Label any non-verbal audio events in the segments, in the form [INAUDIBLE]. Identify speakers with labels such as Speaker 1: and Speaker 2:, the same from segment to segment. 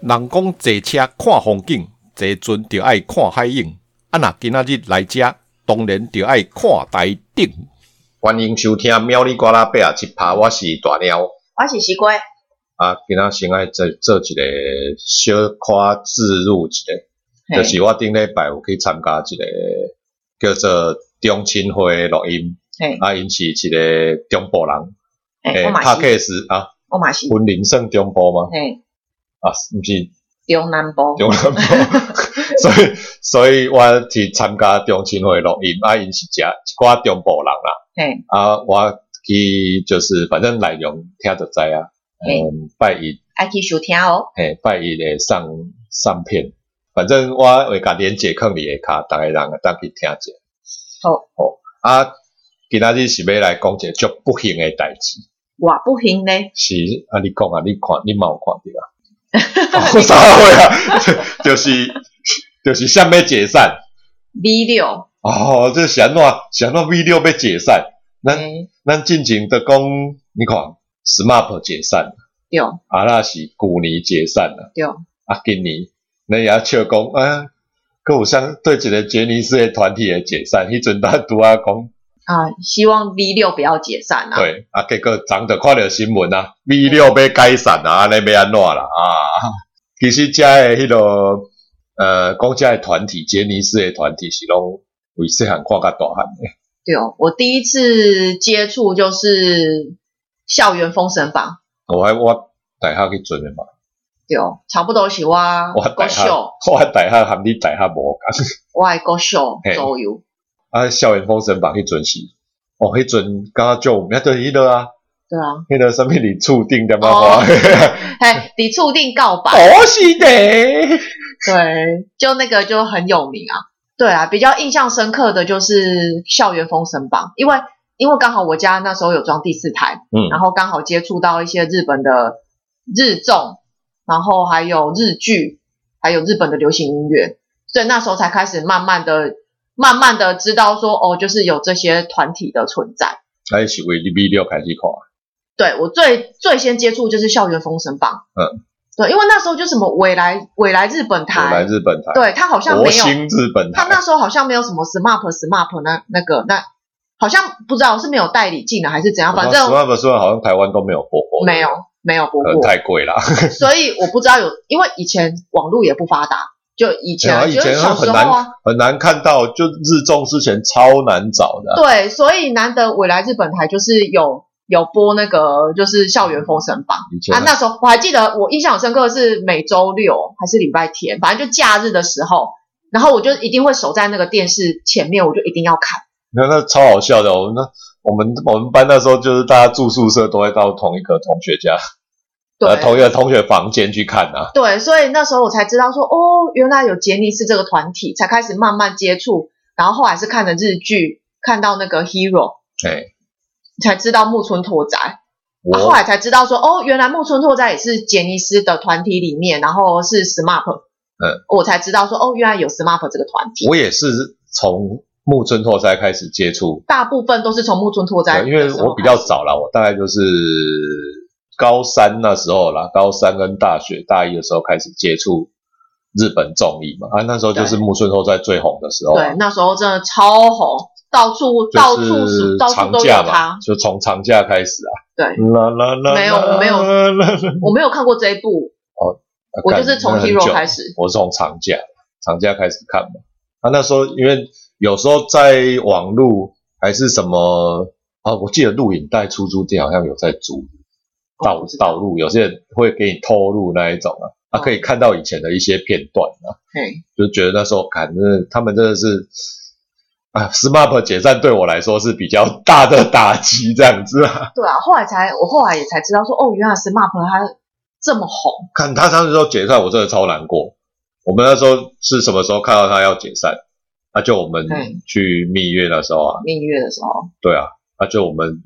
Speaker 1: 人讲坐车看风景，坐船就爱看海影。啊，若今仔日来遮，当然就爱看台顶。
Speaker 2: 欢迎收听《喵哩呱啦贝啊一趴》，我是大喵。
Speaker 3: 我是西瓜，
Speaker 2: 啊，今仔先爱做做一个小可自入一个，就
Speaker 3: 嘿
Speaker 2: 是我顶礼拜有去参加一个叫做中青会的录音，
Speaker 3: 嘿，
Speaker 2: 啊，因是一个中部人，
Speaker 3: 嘿，我嘛
Speaker 2: 拍
Speaker 3: 是，
Speaker 2: 客是啊，
Speaker 3: 我嘛是，
Speaker 2: 分林算中部吗？
Speaker 3: 嘿，
Speaker 2: 啊，毋是
Speaker 3: 中南部，
Speaker 2: 中南部，所以所以我去参加中青会录音，啊，因是食一寡中部人啦。
Speaker 3: 嘿，
Speaker 2: 啊，我去就是反正内容听就知啊。嗯，拜一，
Speaker 3: 爱去收听哦，
Speaker 2: 嘿，拜一会上上片，反正我会甲连接放伫下骹，逐个人当去听者。
Speaker 3: 好，
Speaker 2: 好啊，今仔日是要来讲一个足不幸诶代志，
Speaker 3: 我不行呢，
Speaker 2: 是啊，你讲啊，你看，你嘛有看着啊？哦我啥会啊？就是就是想要解散
Speaker 3: 米六，
Speaker 2: 哦，这是安怎是安怎 V 六要解散？咱
Speaker 3: 嘿，
Speaker 2: 咱进前的讲，你看 SMAP 解散。
Speaker 3: 对
Speaker 2: 啊，那是旧年解散了，
Speaker 3: 对，
Speaker 2: 啊，今年咱也笑讲，啊，佮有像对一个杰尼斯的团体的解散，迄阵咱拄啊讲，
Speaker 3: 啊，希望 V 六不要解散啊，
Speaker 2: 对，啊，结果昨着看到新闻啊，V 六要解散啊，安尼要安怎啦啊？其实遮的迄、落，呃，讲遮的团体，杰尼斯的团体是拢为细汉看甲大汉的，
Speaker 3: 对，我第一次接触就是校园封神榜，
Speaker 2: 我还我大学去阵的嘛，
Speaker 3: 对，差不多是我
Speaker 2: 我大
Speaker 3: 国
Speaker 2: 学
Speaker 3: 秀，
Speaker 2: 我大学含你大学无共。
Speaker 3: 我爱国秀
Speaker 2: 嘿
Speaker 3: 周游，
Speaker 2: 啊，校园封神榜迄阵是，哦，迄阵刚刚就那就是迄落啊，
Speaker 3: 对啊，
Speaker 2: 迄落什么你注定点嘛花，[LAUGHS]
Speaker 3: 哦嘿，你注定告白。
Speaker 2: 我哦是
Speaker 3: [LAUGHS]
Speaker 2: 的，
Speaker 3: 对，就那个就很有名啊。对啊，比较印象深刻的就是校园封神榜，因为因为刚好我家那时候有装第四台，
Speaker 2: 嗯
Speaker 3: 然后刚好接触到一些日本的日综，然后还有日剧，还有日本的流行音乐，所以那时候才开始慢慢的、慢慢的知道说，哦，就是有这些团体的存在。
Speaker 2: 那是为 V 六开始看，
Speaker 3: 对我最最先接触就是校园封神榜，
Speaker 2: 嗯，
Speaker 3: 对，因为那时候就什么未来未来日本
Speaker 2: 我来
Speaker 3: 台，
Speaker 2: 日本台，，
Speaker 3: 对他好像
Speaker 2: 国
Speaker 3: 没有。
Speaker 2: 新日本
Speaker 3: 他
Speaker 2: 台，
Speaker 3: 那时候好像没有什么 SMAP SMAP 那那个那好像不知道是没有代理进来还是怎啊样，反正
Speaker 2: 十万本说好像台湾都没有播过，
Speaker 3: 没有，没有播
Speaker 2: 可能
Speaker 3: 过，
Speaker 2: 太贵啦，
Speaker 3: [LAUGHS] 所以我不知道有，因为以前网络也不发达，就
Speaker 2: [LAUGHS]
Speaker 3: 以
Speaker 2: 以
Speaker 3: 前、
Speaker 2: 前
Speaker 3: 啊就是小
Speaker 2: 很
Speaker 3: 时候
Speaker 2: 难
Speaker 3: 啊，
Speaker 2: 很难看到，就日综之前超难找的，啊
Speaker 3: 对，所以难得我来日本台就是有有播那个就是校园封神榜。
Speaker 2: 以前
Speaker 3: 啊，那时候我还记得，我印象很深刻的是每周六还是礼拜天，反正就假日的时候，然后我就一定会守在那个电视前面，我就一定要看。
Speaker 2: 那那超好笑的，我们那我们我们班那时候就是大家住宿舍都会到同一个同学家，
Speaker 3: [LAUGHS] 对，啊
Speaker 2: 呃同一个同学房间去看啊。
Speaker 3: 对，所以那时候我才知道说，哦，原来有杰尼斯这个团体，才开始慢慢接触，然后后来是看了日剧，看到那个 Hero，
Speaker 2: 哎，
Speaker 3: 才知道木村拓哉，
Speaker 2: 我
Speaker 3: 啊后来才知道说，哦，原来木村拓哉也是杰尼斯的团体里面，然后是 SMAP，
Speaker 2: 嗯，
Speaker 3: 我才知道说，哦，原来有 SMAP 这个团体，
Speaker 2: 我也是从木村拓哉开始接触，
Speaker 3: 大部分都是从木村拓哉
Speaker 2: 对
Speaker 3: 的
Speaker 2: 因
Speaker 3: 时候开
Speaker 2: 为
Speaker 3: 始，
Speaker 2: 我比较早啦，我大概就是高三那时候啦，高三跟大学大一的时候开始接触日本综艺嘛，啊，那时候就是木村拓哉最红的时候啊、
Speaker 3: 对那时候真的超红，到处、到
Speaker 2: 就
Speaker 3: 处
Speaker 2: 是
Speaker 3: 是到处
Speaker 2: 长
Speaker 3: 都有
Speaker 2: 假嘛
Speaker 3: 他，，
Speaker 2: 就从长假开始啊，
Speaker 3: 对，
Speaker 2: 啦啦啦，
Speaker 3: 没有我没有
Speaker 2: 啦啦啦
Speaker 3: 我没有看过这一部，我就是从 Hero 开，始
Speaker 2: 啊干那很久，我是从长假长假开始看嘛，啊，那时候因为有时候在网络还是什么啊，我记得录影带出租店好像有在租
Speaker 3: 哦
Speaker 2: 导
Speaker 3: 我知道
Speaker 2: 导入，有些人会给你偷录那一种啊，啊，
Speaker 3: 哦
Speaker 2: 可以看到以前的一些片段啊，
Speaker 3: 嘿。
Speaker 2: 就觉得那时候看，真的他们真的是。啊，SMAP 解散对我来说是比较大的打击，这样子啊。
Speaker 3: 对啊，后来才我后来也才知道说，哦，原来 SMAP 它这么红，
Speaker 2: 看他当时说解散，我真的超难过。我们那时候是什么时候看到他要解散？啊，就我们
Speaker 3: 嗯
Speaker 2: 去蜜月那时候啊，
Speaker 3: 蜜月的时候，
Speaker 2: 对啊，啊，就我们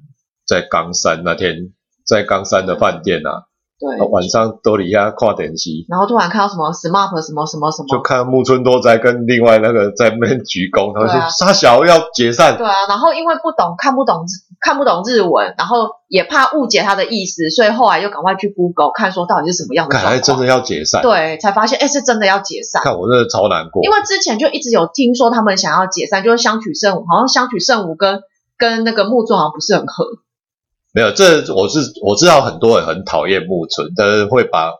Speaker 2: 在冈山那天，在冈山的饭店啊，
Speaker 3: 对
Speaker 2: 啊，晚上都里下看电视，
Speaker 3: 然后突然看到什么 SMAP 什么什么什
Speaker 2: 就
Speaker 3: 么，
Speaker 2: 看木村多哉跟另外那个在那边鞠躬，他们
Speaker 3: 对啊
Speaker 2: 说沙小要解散，
Speaker 3: 对啊，然后因为不懂看不懂日看不懂日文，然后也怕误解他的意思，所以后来又赶快去 Google 看说到底是什么样的
Speaker 2: 看来
Speaker 3: 状
Speaker 2: 真的
Speaker 3: 况，
Speaker 2: 要解散，
Speaker 3: 对，才发现哎是真的要解散。
Speaker 2: 看我真的超难过
Speaker 3: 因。为之前就一直有听说他们想要解散，就是相取圣武，好像相取圣武跟跟那个木村好像不是很合。
Speaker 2: 没有，这我是我知道很多人很讨厌木村，但是会把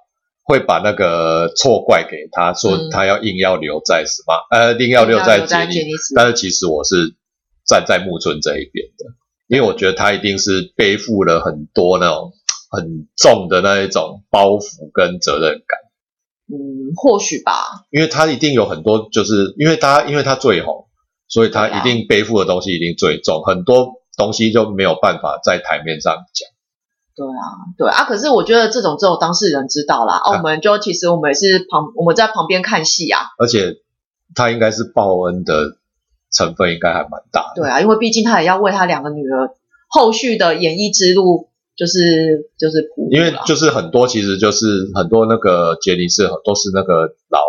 Speaker 2: 会把那个错怪给他，说
Speaker 3: 嗯
Speaker 2: 他要硬要留在什么，呃，硬要留在杰尼
Speaker 3: 尼斯，
Speaker 2: 但是其实我是站在木村这一边的，因为我觉得他一定是背负了很多那种很重的那一种包袱跟责任感，
Speaker 3: 嗯，或许吧，
Speaker 2: 因为他一定有很多，就是因为他因为他最红，所以他
Speaker 3: 对啊
Speaker 2: 一定背负的东西一定最重，很多东西就没有办法在台面上讲。
Speaker 3: 对啊，对啊。可是我觉得这种只有当事人知道啦。啊，
Speaker 2: 啊
Speaker 3: 我们就其实我们也是旁我们在旁边看戏啊，
Speaker 2: 而且他应该是报恩的成分应该还蛮大的。
Speaker 3: 对啊，因为毕竟他也要为他两个女儿后续的演艺之路就是就是铺路
Speaker 2: 因为
Speaker 3: 啦
Speaker 2: 就是很多其实就是很多那个杰尼斯很多是那个老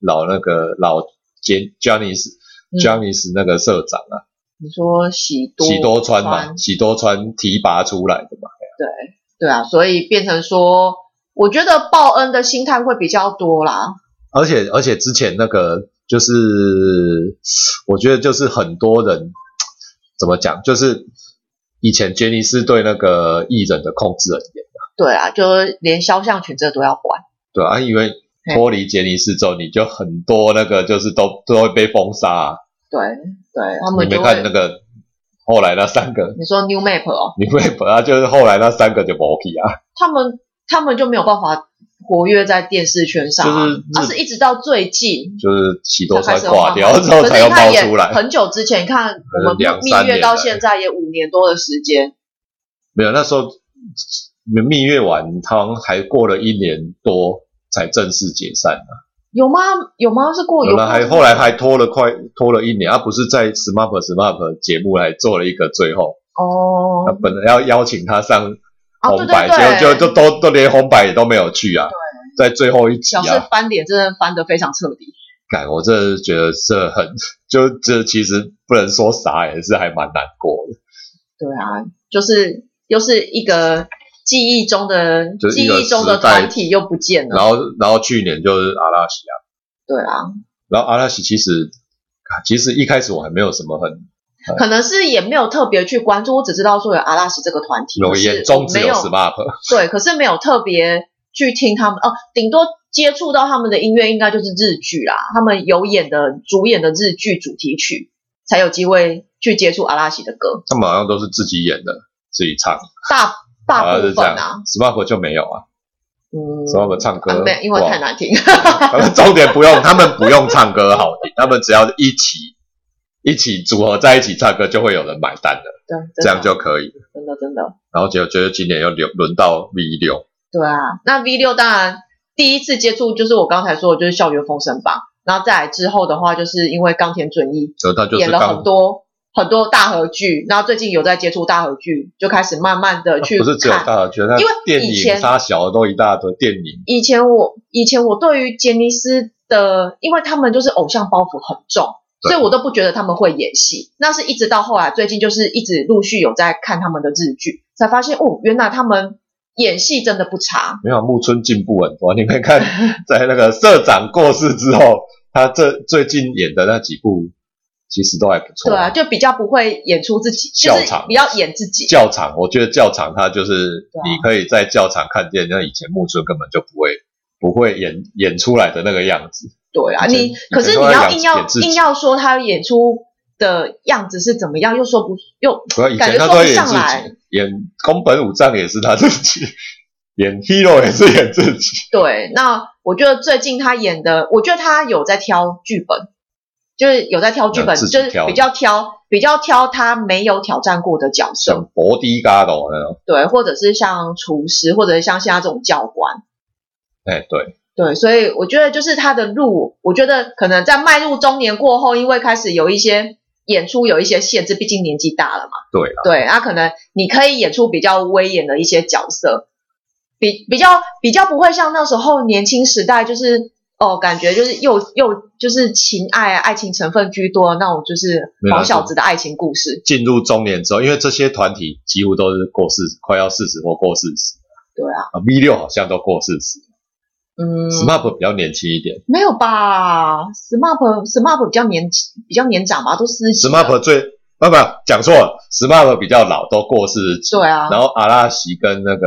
Speaker 2: 老那个老杰杰尼斯
Speaker 3: 嗯
Speaker 2: 杰尼斯那个社长啊，
Speaker 3: 你说喜多
Speaker 2: 喜多川嘛，
Speaker 3: 川
Speaker 2: 喜多川提拔出来的嘛。
Speaker 3: 对啊，所以变成说，我觉得报恩的心态会比较多啦。
Speaker 2: 而且而且之前那个就是，我觉得就是很多人怎么讲，就是以前杰尼斯对那个艺人的控制很严，
Speaker 3: 对啊，就是连肖像权这都要管。
Speaker 2: 对啊，因为
Speaker 3: 嘿
Speaker 2: 脱离杰尼斯之后，你就很多那个就是都都会被封杀、啊。
Speaker 3: 对对，他
Speaker 2: 你
Speaker 3: 们
Speaker 2: 没
Speaker 3: 就
Speaker 2: 看那
Speaker 3: 会。
Speaker 2: 个后来那三个，
Speaker 3: 你说 New Map 哦，
Speaker 2: 你会本来就是后来那三个就没去啊， [LAUGHS]
Speaker 3: 他们他们就没有办法活跃在电视圈上啊，
Speaker 2: 就是嗯
Speaker 3: 而、
Speaker 2: 日
Speaker 3: 是一直到最近
Speaker 2: 就是喜多
Speaker 3: 才开
Speaker 2: 川
Speaker 3: 始有
Speaker 2: 挂
Speaker 3: 慢慢
Speaker 2: 掉之后
Speaker 3: 可
Speaker 2: 才
Speaker 3: 是
Speaker 2: 又
Speaker 3: 你看
Speaker 2: 冒
Speaker 3: 也
Speaker 2: 出来。
Speaker 3: 很久之前，你看我
Speaker 2: 能
Speaker 3: 们
Speaker 2: 两
Speaker 3: 蜜
Speaker 2: 三
Speaker 3: 月
Speaker 2: 年
Speaker 3: 到
Speaker 2: 了
Speaker 3: 现在也五年多的时间，
Speaker 2: 没有，那时候蜜月完，他好像还过了一年多才正式解散啊。
Speaker 3: 有吗？有吗？是过哦有
Speaker 2: 那
Speaker 3: 吗
Speaker 2: 还后来还拖了快拖了一年，啊他、不是在 SMAP SMAP 节目还做了一个最后，
Speaker 3: 哦
Speaker 2: 他、本来要邀请他上
Speaker 3: 哦，
Speaker 2: 红
Speaker 3: 对
Speaker 2: 白，
Speaker 3: 对对，
Speaker 2: 结果就就都都连红白也都没有去啊。在最后一集
Speaker 3: 小
Speaker 2: 啊，
Speaker 3: 四翻脸真的翻得非常彻底。
Speaker 2: 感，我真的觉得这很，就这其实不能说傻，也是还蛮难过的。
Speaker 3: 对啊，就是又是一个记忆中的
Speaker 2: 就是
Speaker 3: 记
Speaker 2: 一个
Speaker 3: 忆中的
Speaker 2: 时代
Speaker 3: 团体又不见
Speaker 2: 然
Speaker 3: 了。
Speaker 2: 后，然后去年就是阿拉西啊，
Speaker 3: 对啊，
Speaker 2: 然后阿拉西其实，啊其实一开始我还没有什么很，
Speaker 3: 可能是也没有特别去关注，我只知道说有阿拉斯这个团体，
Speaker 2: 我
Speaker 3: 可是
Speaker 2: 眼中只
Speaker 3: 没
Speaker 2: 有
Speaker 3: 有
Speaker 2: SMAP，
Speaker 3: 对，可是没有特别去听他们哦，顶多接触到他们的音乐应该就是日剧啦，他们有演的主演的日剧主题曲才有机会去接触阿拉西的歌，
Speaker 2: 他们好像都是自己演的，自己唱，
Speaker 3: 大大
Speaker 2: 啊
Speaker 3: 部
Speaker 2: 是这
Speaker 3: 分
Speaker 2: 样
Speaker 3: 啊，
Speaker 2: ，SMAP 就没有啊
Speaker 3: 嗯，
Speaker 2: ，SMAP 唱
Speaker 3: 啊
Speaker 2: 歌
Speaker 3: 没有，因为
Speaker 2: 哇
Speaker 3: 太难听，
Speaker 2: [LAUGHS] 他们重点不用，他们不用唱歌好听，他们只要一起一起组合在一起唱歌，就会有人买单了，
Speaker 3: 对，
Speaker 2: 这样就可以了。
Speaker 3: 真的真的。真的
Speaker 2: 然后结果觉得今年又轮轮到 V 六。
Speaker 3: 对啊，那 V 六当然第一次接触就是我刚才说的，就是校园封神榜，然后再来之后的话，就是因为冈田准一
Speaker 2: 呃，他就是
Speaker 3: 演了
Speaker 2: 刚
Speaker 3: 很多很多大合剧，然后最近有在接触大合剧，就开始慢慢的去
Speaker 2: 啊不是只有
Speaker 3: 看。
Speaker 2: 大学，他
Speaker 3: 因为
Speaker 2: 电
Speaker 3: 以
Speaker 2: 影
Speaker 3: 前
Speaker 2: 他小的都一大堆，电影
Speaker 3: 以前我以前我对于杰尼斯的，因为他们就是偶像包袱很重，
Speaker 2: 对
Speaker 3: 所以我都不觉得他们会演戏。那是一直到后来最近就是一直陆续有在看他们的日剧，才发现哦，原来他们演戏真的不差。
Speaker 2: 没有啊木村进步很多。你们
Speaker 3: [LAUGHS]
Speaker 2: 看，在那个社长过世之后，他这最近演的那几部其实都还不错。
Speaker 3: 对啊，，就比较不会演出自己，就
Speaker 2: 笑
Speaker 3: 是
Speaker 2: 场
Speaker 3: 比较演自己。
Speaker 2: 教场，我觉得教场他就是
Speaker 3: 对啊
Speaker 2: 你可以在教场看见，那以前木村根本就不会不会演演出来的那个样子。
Speaker 3: 对啊，
Speaker 2: 以前
Speaker 3: 你
Speaker 2: 以前
Speaker 3: 可是
Speaker 2: 都
Speaker 3: 你
Speaker 2: 在
Speaker 3: 要
Speaker 2: 演
Speaker 3: 硬要
Speaker 2: 演自己
Speaker 3: 硬要说他演出的样子是怎么样，又说不又
Speaker 2: 不要以
Speaker 3: 感
Speaker 2: 前
Speaker 3: 觉
Speaker 2: 他都
Speaker 3: 说不
Speaker 2: 会演
Speaker 3: 上
Speaker 2: 自
Speaker 3: 来
Speaker 2: 己，演宫本武藏也是他自己， [LAUGHS] 演 hero 也是演自己。
Speaker 3: 对。那我觉得最近他演的，我觉得他有在挑剧本，就是有在挑剧本，
Speaker 2: 自己
Speaker 3: 就是
Speaker 2: 挑
Speaker 3: 比较挑比较挑他没有挑战过的角色，
Speaker 2: 像博迪嘎罗那种，
Speaker 3: 对，或者是像厨师，或者是像现在这种教官。
Speaker 2: 哎，对，
Speaker 3: 对，所以我觉得就是他的路，我觉得可能在迈入中年过后，因为开始有一些演出有一些限制，毕竟年纪大了嘛。
Speaker 2: 对啦啊
Speaker 3: 对，那可能你可以演出比较威严的一些角色，比比较比较不会像那时候年轻时代，就是哦，感觉就是又又就是情爱啊爱情成分居多那种，就是
Speaker 2: 没有啊
Speaker 3: 毛小子的爱情故事。
Speaker 2: 进入中年之后，因为这些团体几乎都是过四十，快要四十或过四十
Speaker 3: 对啊，
Speaker 2: 啊，V 六好像都过四十、
Speaker 3: 嗯，
Speaker 2: s m a p 比较年轻一点
Speaker 3: 没有吧？SMAP SMAP 比较年比较年长吧，都四十几了。
Speaker 2: ，SMAP 最不不讲错了，SMAP 比较老，都过四十几，
Speaker 3: 对啊，
Speaker 2: 然后阿拉西跟那个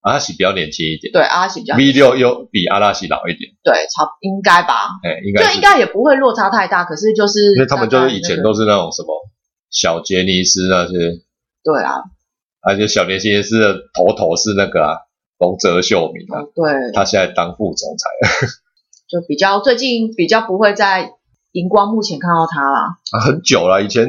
Speaker 2: 阿拉西比较年轻一点
Speaker 3: 对阿喜比较
Speaker 2: ，V 六又比阿拉西老一点，
Speaker 3: 对，差不应该吧？
Speaker 2: 哎，应该
Speaker 3: 对，
Speaker 2: 是
Speaker 3: 应该也不会落差太大。可是就是
Speaker 2: 因为他们就是以前
Speaker 3: 大概
Speaker 2: 都是那种什么小杰尼斯那些，
Speaker 3: 那个对啊，
Speaker 2: 而且小杰尼斯的头头是那个啊龙泽秀明啊，
Speaker 3: 嗯对，
Speaker 2: 他现在当副总裁
Speaker 3: 就比较最近比较不会在荧光幕前看到他啦。
Speaker 2: 啊，很久了。以前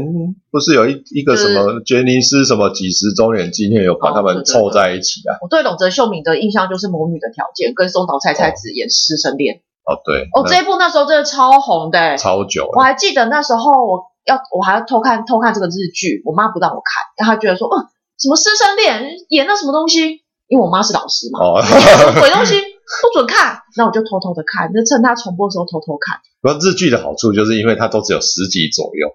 Speaker 2: 不是有一一个什么杰尼斯什么几十周年纪念，有把他
Speaker 3: 嗯哦对
Speaker 2: 们
Speaker 3: 对对
Speaker 2: 凑在一起啊？
Speaker 3: 我对岛泽秀敏的印象就是《魔女的条件》跟松岛菜菜子演《师生恋》
Speaker 2: 哦，对，
Speaker 3: 哦，这一部那时候真的超红的、欸
Speaker 2: 那，超久
Speaker 3: 我
Speaker 2: 了，
Speaker 3: 还记得那时候我要我还要偷看偷看这个日剧，我妈不让我看，然后她觉得说，嗯，什么师生恋演那什么东西，因为我妈是老师嘛，
Speaker 2: 哦， [LAUGHS]
Speaker 3: 什么鬼东西不准看，那我就偷偷的看，就趁她重播的时候偷偷看，
Speaker 2: 不过日剧的好处就是因为它都只有十集左右，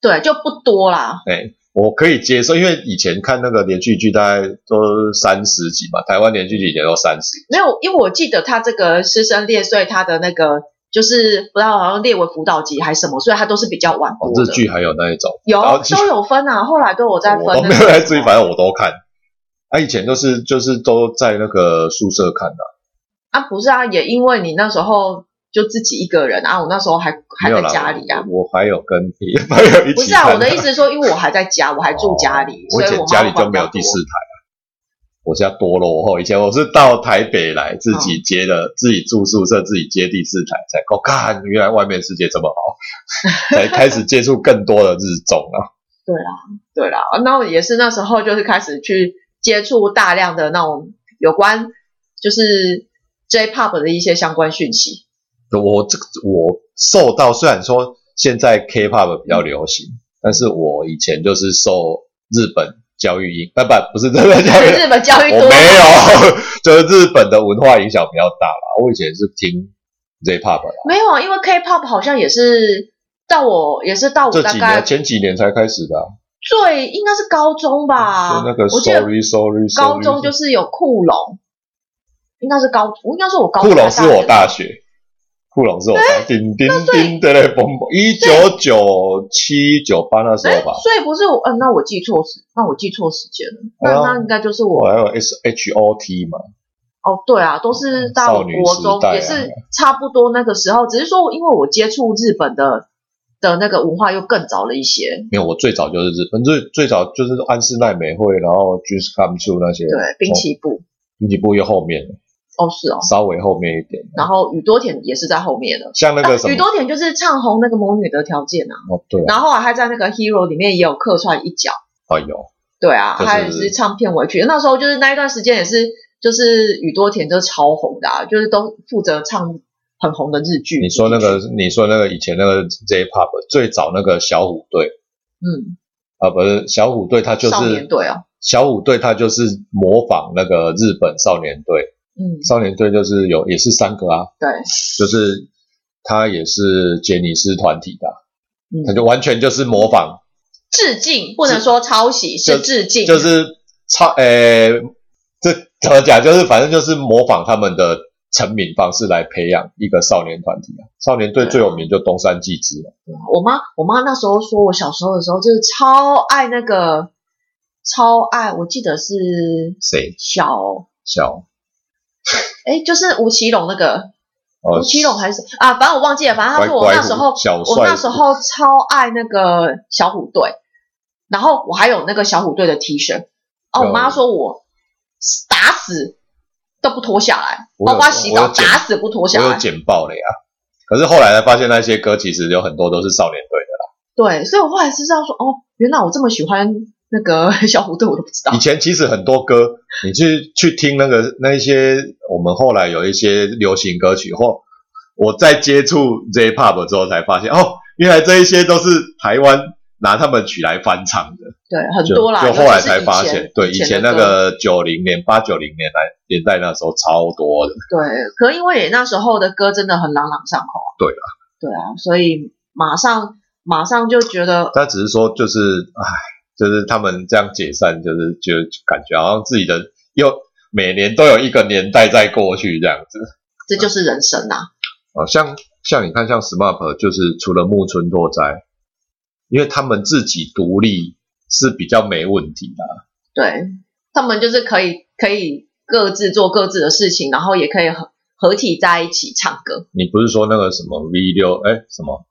Speaker 3: 对，就不多啦，
Speaker 2: 哎，我可以接受，因为以前看那个连续剧大概都三十集嘛，台湾连续剧以前都三十，
Speaker 3: 没有，因为我记得他这个师生恋，所以他的那个就是不知道好像列为辅导级还是什么，所以他都是比较晚
Speaker 2: 哦
Speaker 3: 播，
Speaker 2: 日
Speaker 3: 的。
Speaker 2: 剧还有那一种。
Speaker 3: 有
Speaker 2: 然后其实
Speaker 3: 都有分啊，后来都有在分
Speaker 2: 我都
Speaker 3: 那
Speaker 2: 没有
Speaker 3: 个
Speaker 2: 在追，反正我都看。啊，以前都是就是都在那个宿舍看的、
Speaker 3: 啊，不是啊，也因为你那时候就自己一个人啊，我那时候还还
Speaker 2: 没有
Speaker 3: 在
Speaker 2: 啦。
Speaker 3: 家里啊，
Speaker 2: 我我还有跟别的朋友一起看、
Speaker 3: 不是啊，我的意思是说，因为我还在家，我还住家里，
Speaker 2: 哦我
Speaker 3: 所
Speaker 2: 以
Speaker 3: 以
Speaker 2: 前
Speaker 3: 我
Speaker 2: 家里
Speaker 3: 妈妈
Speaker 2: 就没有
Speaker 3: 管
Speaker 2: 第
Speaker 3: 我
Speaker 2: 四台啊，我家多落后。以前我是到台北来自己接的，
Speaker 3: 嗯
Speaker 2: 自己住宿舍，自己接第四台，才够看原来外面世界这么好，才开始接触更多的日综啊。
Speaker 3: 对啦，对啦，啊那我也是那时候就是开始去接触大量的那种有关就是 J-pop 的一些相关讯息。
Speaker 2: 我这个我受到虽然说现在 K-pop 比较流行，但是我以前就是受日本教育影，不不不是日本教育，
Speaker 3: 日本教育
Speaker 2: 我
Speaker 3: 多好
Speaker 2: 没有， [LAUGHS] 就是日本的文化影响比较大啦。我以前是听 J-pop 啦，
Speaker 3: 没有啊，因为 K-pop 好像也是到我也是到我
Speaker 2: 这
Speaker 3: 大
Speaker 2: 几
Speaker 3: 概
Speaker 2: 年前几年才开始的啊、
Speaker 3: 最应该是高中吧，
Speaker 2: 就那个
Speaker 3: 啊我记得
Speaker 2: Sorry Sorry Sorry，
Speaker 3: 高中就是有酷龙，应该是高，我应该说我高中
Speaker 2: 库龙是我大
Speaker 3: 学，
Speaker 2: 学，库龙是我大叮叮
Speaker 3: 哎那所以
Speaker 2: 叮对对蹦蹦，一九九七九八那时
Speaker 3: 哎，
Speaker 2: 候吧。
Speaker 3: 所以不是我，嗯、那我记错时，那我记错时间了，那、
Speaker 2: 哎呀
Speaker 3: 那应该就是
Speaker 2: 我
Speaker 3: 我，
Speaker 2: 还有 S H O T 嘛，
Speaker 3: 哦，对啊，都是到
Speaker 2: 少女
Speaker 3: 国
Speaker 2: 时
Speaker 3: 中、
Speaker 2: 代啊
Speaker 3: 也是差不多那个时候，只是说因为我接触日本的的那个文化又更早了一些，
Speaker 2: 没有，我最早就是日本，最最早就是安室奈美惠，然后 Just Come True 那些，
Speaker 3: 对，滨崎步，
Speaker 2: 滨崎步又后面了，
Speaker 3: 哦是哦，
Speaker 2: 稍微后面一点，
Speaker 3: 然后宇多田也是在后面的。
Speaker 2: 像那个什
Speaker 3: 哦啊宇
Speaker 2: 么，
Speaker 3: 多田就是唱红那个魔女的条件啊，
Speaker 2: 哦对啊，
Speaker 3: 然后啊，他在那个 Hero 里面也有客串一角，
Speaker 2: 哎呦，
Speaker 3: 对啊，
Speaker 2: 就是
Speaker 3: 他也是唱片尾曲。那时候就是那一段时间也是，就是宇多田就是超红的、啊，就是都负责唱很红的日剧。
Speaker 2: 你说那个，你说那个以前那个 J-pop 最早那个小虎队
Speaker 3: 嗯，
Speaker 2: 啊，不是小虎队，他就
Speaker 3: 少年
Speaker 2: 是
Speaker 3: 队哦，
Speaker 2: 小虎队，他就是模仿那个日本少年队，
Speaker 3: 嗯，
Speaker 2: 少年队就是有也是三个啊，
Speaker 3: 对，
Speaker 2: 就是他也是杰尼斯团体的啊，他
Speaker 3: 嗯，
Speaker 2: 就完全就是模仿，
Speaker 3: 致敬不能说抄袭，是致敬，
Speaker 2: 就是超诶、这 [LAUGHS] 怎么讲？就是反正就是模仿他们的成名方式来培养一个少年团体啊。少年队
Speaker 3: 对啊
Speaker 2: 最有名就东山纪之嘛，
Speaker 3: 我妈，我妈那时候说我小时候的时候就是超爱那个，超爱，我记得是
Speaker 2: 谁
Speaker 3: 小，
Speaker 2: 小
Speaker 3: 哎，就是吴奇隆那个，
Speaker 2: 哦
Speaker 3: 吴奇隆还是啊，反正我忘记了。反正他
Speaker 2: 乖
Speaker 3: 说我那
Speaker 2: 乖
Speaker 3: 时
Speaker 2: 虎
Speaker 3: 候，
Speaker 2: 小
Speaker 3: 我那
Speaker 2: 帅
Speaker 3: 时候超爱那个小虎队，然后我还有那个小虎队的 T 恤。哦，我
Speaker 2: 有
Speaker 3: 妈说我打死都不脱下来，
Speaker 2: 我有
Speaker 3: 包括洗澡
Speaker 2: 我有剪
Speaker 3: 打死不脱下
Speaker 2: 我有
Speaker 3: 来。
Speaker 2: 剪爆了呀。可是后来才发现，那些歌其实有很多都是少年队的
Speaker 3: 对，所以我后来是知道说，哦，原来我这么喜欢那个 [LAUGHS] 小虎队，我都不知道
Speaker 2: 啦。以。前其实很多歌，你去去听那个那一些，我们后来有一些流行歌曲，或我在接触 J-Pop 之后才发现，哦，原来这一些都是台湾拿他们曲来翻唱的。
Speaker 3: 对，很
Speaker 2: 就
Speaker 3: 多啦。
Speaker 2: 就
Speaker 3: 尤
Speaker 2: 后
Speaker 3: 其
Speaker 2: 来
Speaker 3: 是
Speaker 2: 才发现
Speaker 3: 前，，
Speaker 2: 对，
Speaker 3: 以
Speaker 2: 以前
Speaker 3: 的
Speaker 2: 那
Speaker 3: 歌
Speaker 2: 个九零年、八九零年代年代那时候超多的，
Speaker 3: 对，可因为那时候的歌真的很朗朗上口啊。
Speaker 2: 对
Speaker 3: 啊，对啊，所以马上马上就觉得
Speaker 2: 但只是说就是，唉，就是他们这样解散，就是就感觉好像自己的又每年都有一个年代在过去这样子。
Speaker 3: 这就是人生啊。
Speaker 2: 啊，像像你看，像 SMAP 就是除了木村拓哉，因为他们自己独立是比较没问题的啊、
Speaker 3: 对他们就是可以可以各自做各自的事情，然后也可以合合体在一起唱歌。
Speaker 2: 你不是说那个什么 V 六哎什么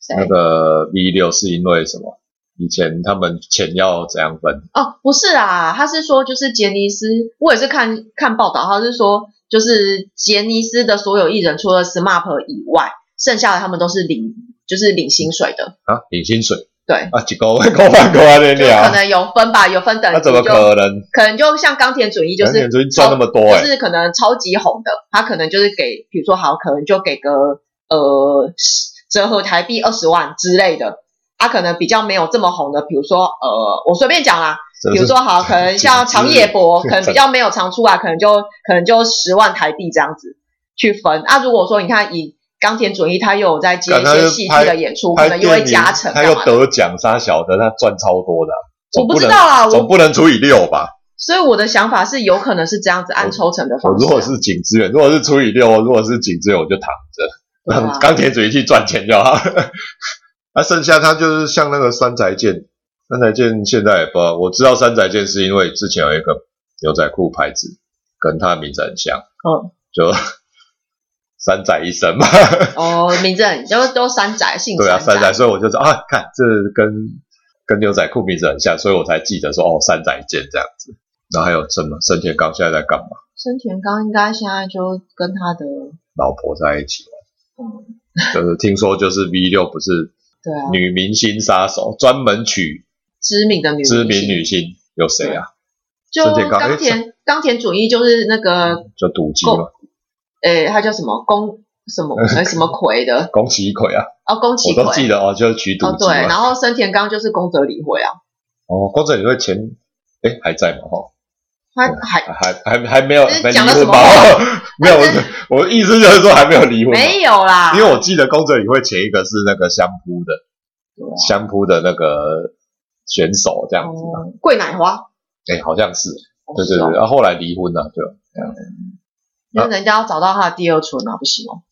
Speaker 3: 谁
Speaker 2: 那个 V 六是因为什么？以前他们钱要怎样分？
Speaker 3: 哦，不是啊，他是说就是杰尼斯，我也是看看报道，他是说就是杰尼斯的所有艺人除了 SMAP 以外，剩下的他们都是领就是领薪水的，
Speaker 2: 啊，领薪水
Speaker 3: 对，
Speaker 2: 啊，几个月 [LAUGHS] 够半个月
Speaker 3: 就
Speaker 2: 的
Speaker 3: 可
Speaker 2: 了，
Speaker 3: 能有分吧，有分等
Speaker 2: 啊那、
Speaker 3: 级
Speaker 2: 啊怎么
Speaker 3: 就
Speaker 2: 可能？哎
Speaker 3: 可能就像冈田准一，就
Speaker 2: 两
Speaker 3: 是哦
Speaker 2: 点出去赚那么多哎、
Speaker 3: 就是可能超级红的，他可能就是给，比如说好，可能就给个呃十折合台币二十万之类的。他、可能比较没有这么红的，比如说呃，我随便讲啦，
Speaker 2: 真
Speaker 3: 比如
Speaker 2: 是
Speaker 3: 说好，可能像长野博，
Speaker 2: 是
Speaker 3: 可能比较没有常出来，可能
Speaker 2: [LAUGHS]
Speaker 3: 就可能就十万台币这样子去分。啊，如果说你看以冈田准一，他又有在接一
Speaker 2: 干他
Speaker 3: 些
Speaker 2: 就
Speaker 3: 戏
Speaker 2: 拍
Speaker 3: 剧的演出，可
Speaker 2: 拍
Speaker 3: 能
Speaker 2: 电
Speaker 3: 又会
Speaker 2: 影
Speaker 3: 加成
Speaker 2: 他
Speaker 3: 干
Speaker 2: 又
Speaker 3: 嘛的。
Speaker 2: 得奖，杀小的，他赚超多的啊、
Speaker 3: 我
Speaker 2: 总
Speaker 3: 不知
Speaker 2: 能
Speaker 3: 道啊，
Speaker 2: 总
Speaker 3: 我
Speaker 2: 不能除以六吧？
Speaker 3: 所以我的想法是有可能是这样子按抽成的
Speaker 2: 我
Speaker 3: 方式啊、
Speaker 2: 如果是井之远，如果是除以六，如果是井之远，我就躺着，
Speaker 3: 对啊
Speaker 2: 让 [LAUGHS] 钢铁嘴去赚钱就好。 [LAUGHS] 那、剩下他就是像那个三宅健，三宅健现在也不知道，我知道三宅健是因为之前有一个牛仔裤牌子跟他的名字很像，
Speaker 3: 嗯，
Speaker 2: [LAUGHS] 就三宅一
Speaker 3: [LAUGHS]
Speaker 2: 生嘛。
Speaker 3: 哦，名字很都都山宅，姓
Speaker 2: 对啊，
Speaker 3: 山
Speaker 2: 三宅，所以我就说啊，看这跟跟牛仔裤名字很像，所以我才记得说哦，三宅健这样子。然后还有什么生田刚现在在干嘛？
Speaker 3: 生田刚应该现在就跟他的，
Speaker 2: 老婆在一起
Speaker 3: 嗯，
Speaker 2: 玩，就是听说就是 V 六不是
Speaker 3: 对啊，
Speaker 2: 女明星杀手，专门取
Speaker 3: 知名的女明
Speaker 2: 知
Speaker 3: 星
Speaker 2: 名女星，有谁啊？
Speaker 3: 就
Speaker 2: 生田刚哎
Speaker 3: 冈田冈田准一就是那个，
Speaker 2: 就赌鸡
Speaker 3: 哦
Speaker 2: 嘛，
Speaker 3: 诶，他叫什么宫
Speaker 2: [LAUGHS]
Speaker 3: 什么诶什么葵的
Speaker 2: 宫崎葵啊，
Speaker 3: 哦，宫崎
Speaker 2: 我都记
Speaker 3: 葵
Speaker 2: 得哦，就是取赌
Speaker 3: 哦，
Speaker 2: 鸡
Speaker 3: 对，然
Speaker 2: 嘛。
Speaker 3: 后生田刚就是宫泽理惠啊，
Speaker 2: 哦，宫泽理惠前哎还在吗？哈，
Speaker 3: 他
Speaker 2: 对啊
Speaker 3: 还
Speaker 2: 还还还没有
Speaker 3: 这是
Speaker 2: 没离
Speaker 3: 讲了什
Speaker 2: 婚
Speaker 3: 么
Speaker 2: 吧
Speaker 3: 话？
Speaker 2: [LAUGHS] 没有，我
Speaker 3: 但
Speaker 2: 我的意思就是说还没有离婚嘛。
Speaker 3: 没有啊啦，哦
Speaker 2: 因为我记得宫泽理惠前一个是那个相扑的，
Speaker 3: 对啊
Speaker 2: 相扑的那个选手这样子嘛，
Speaker 3: 哦桂奶花，
Speaker 2: 哎、好像是，
Speaker 3: 哦
Speaker 2: 对对
Speaker 3: 是
Speaker 2: 对，啊
Speaker 3: 哦
Speaker 2: 然后后来离婚了，就
Speaker 3: 因为人家要找到他的第二春啊，不行哦，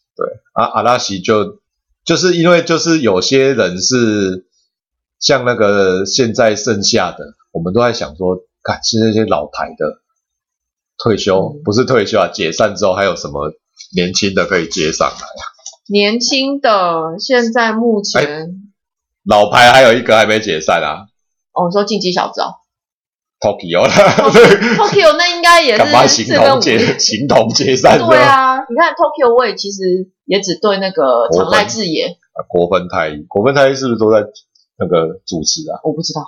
Speaker 2: 啊阿拉西就就是因为就是有些人是像那个现在剩下的，我们都在想说，看是那些老牌的退休、
Speaker 3: 嗯
Speaker 2: 不是退休啊，解散之后还有什么年轻的可以接上来？
Speaker 3: 年轻的现在目
Speaker 2: 哎
Speaker 3: 前，
Speaker 2: 老牌还有一个还没解散啊
Speaker 3: 哦，你说进击小子哦
Speaker 2: ，Tokyo [LAUGHS] 啦。
Speaker 3: ，Tokyo 那应哦该也
Speaker 2: 干嘛
Speaker 3: 是
Speaker 2: 形
Speaker 3: 四跟
Speaker 2: 同
Speaker 3: 五月
Speaker 2: 结形同结散？
Speaker 3: 对啊，你看 Tokyo 我也其实也只对那个
Speaker 2: 国
Speaker 3: 长濑
Speaker 2: 本
Speaker 3: 智也，
Speaker 2: 啊，国分太一，国分太一是不是都在那个主持啊？
Speaker 3: 我不知道，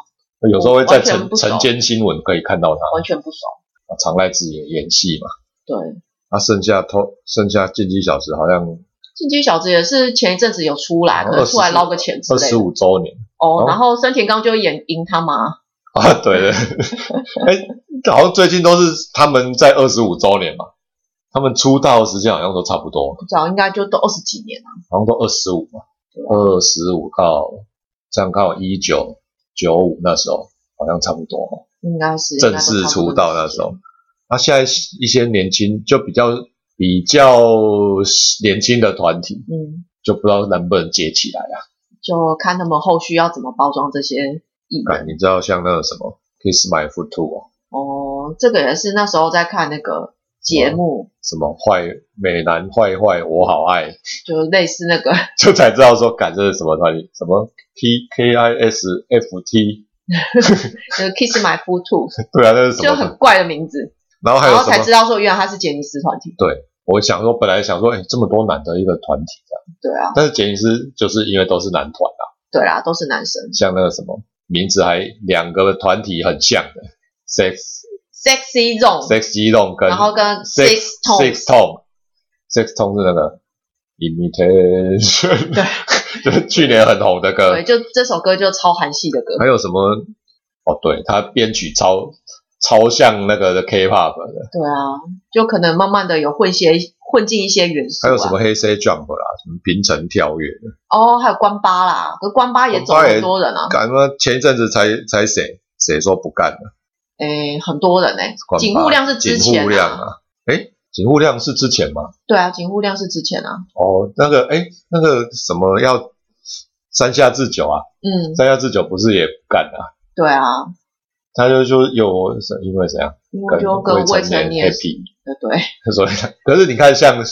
Speaker 2: 有时候会在
Speaker 3: 完全
Speaker 2: 晨
Speaker 3: 不熟
Speaker 2: 晨间新闻可以看到他，
Speaker 3: 完全不熟。
Speaker 2: 啊常濑智也演戏嘛。
Speaker 3: 对，
Speaker 2: 啊，剩下偷剩下进击小时好像
Speaker 3: 进击小子也是前一阵子有出来，可能出来捞个钱之
Speaker 2: 二
Speaker 3: 类
Speaker 2: 十
Speaker 3: 的。
Speaker 2: 五周年
Speaker 3: 哦
Speaker 2: 哦，
Speaker 3: 然后森田刚就演赢他妈，
Speaker 2: 啊，对对，哎、好像最近都是他们在二十五周年嘛，他们出道的时间好像都差不多，
Speaker 3: 不知道应该就都二十几年了。
Speaker 2: 好像都二十五嘛，
Speaker 3: 啊
Speaker 2: 二十五到这样到一九九五那时候好像差不多哦。
Speaker 3: 应该是
Speaker 2: 正式出道那时候。，那、现在一些年轻就比较比较年轻的团体，
Speaker 3: 嗯，
Speaker 2: 就不知道能不能接起来啊。
Speaker 3: 就看他们后续要怎么包装这些艺
Speaker 2: 看
Speaker 3: 人。
Speaker 2: 你知道像那个什么《Kiss My Foot Too》哦，
Speaker 3: 哦，这个也是那时候在看那个节目，
Speaker 2: 什么坏美男坏坏我好爱， [LAUGHS]
Speaker 3: 就类似那个 [LAUGHS]
Speaker 2: 就才知道说，感这是什么团体？什么 P K I S F T？ [LAUGHS]
Speaker 3: 就是 Kiss My Foot Too，
Speaker 2: 对啊，那是什
Speaker 3: 就
Speaker 2: 么
Speaker 3: 很
Speaker 2: 团？
Speaker 3: 怪的名字，
Speaker 2: 然后还
Speaker 3: 然
Speaker 2: 有
Speaker 3: 后
Speaker 2: 什
Speaker 3: 才知
Speaker 2: 么？
Speaker 3: 道说原来他是杰尼斯团体。
Speaker 2: 我想说，本来想说，哎、这么多男的一个团体这样，
Speaker 3: 对啊，
Speaker 2: 但是杰尼斯就是因为都是男团啊。
Speaker 3: 对啦，都是男生。
Speaker 2: 像那个什么名字还两个团体很像的，Sex
Speaker 3: Sexy Zone，
Speaker 2: Sex g o n 跟
Speaker 3: 然后跟
Speaker 2: Six
Speaker 3: Six Tone，
Speaker 2: Six Tone Six Tone 是那个 Imitation， [LAUGHS] 就是去年很红的歌
Speaker 3: 对，。就这首歌就超韩系的歌，
Speaker 2: 还有什么？哦，对，他编曲超超像那个的 K-pop 的，
Speaker 3: 对啊，就可能慢慢的有混些混进一些元素、啊。
Speaker 2: 还有什么黑 C Jump 啦，什么平层跳跃的。
Speaker 3: 哦，还有关八啦，可是关八也走
Speaker 2: 关八也
Speaker 3: 很多人啊，
Speaker 2: 干嘛？前一阵子才才谁谁说不干了？
Speaker 3: 诶，很多人诶，
Speaker 2: 管吧
Speaker 3: 警户亮是之
Speaker 2: 警
Speaker 3: 前
Speaker 2: 户亮啊，诶，警户亮是之前吗？
Speaker 3: 对啊，警户亮是之前啊，
Speaker 2: 哦，那个诶，那个什么要山下智久啊，
Speaker 3: 嗯，
Speaker 2: 山下智久不是也不干啊？
Speaker 3: 对啊，
Speaker 2: 他就就有因为怎样
Speaker 3: 因为
Speaker 2: 跟
Speaker 3: 就跟未成
Speaker 2: 年
Speaker 3: 年
Speaker 2: happy，
Speaker 3: 对
Speaker 2: [LAUGHS]
Speaker 3: 对，
Speaker 2: 所以可是你看像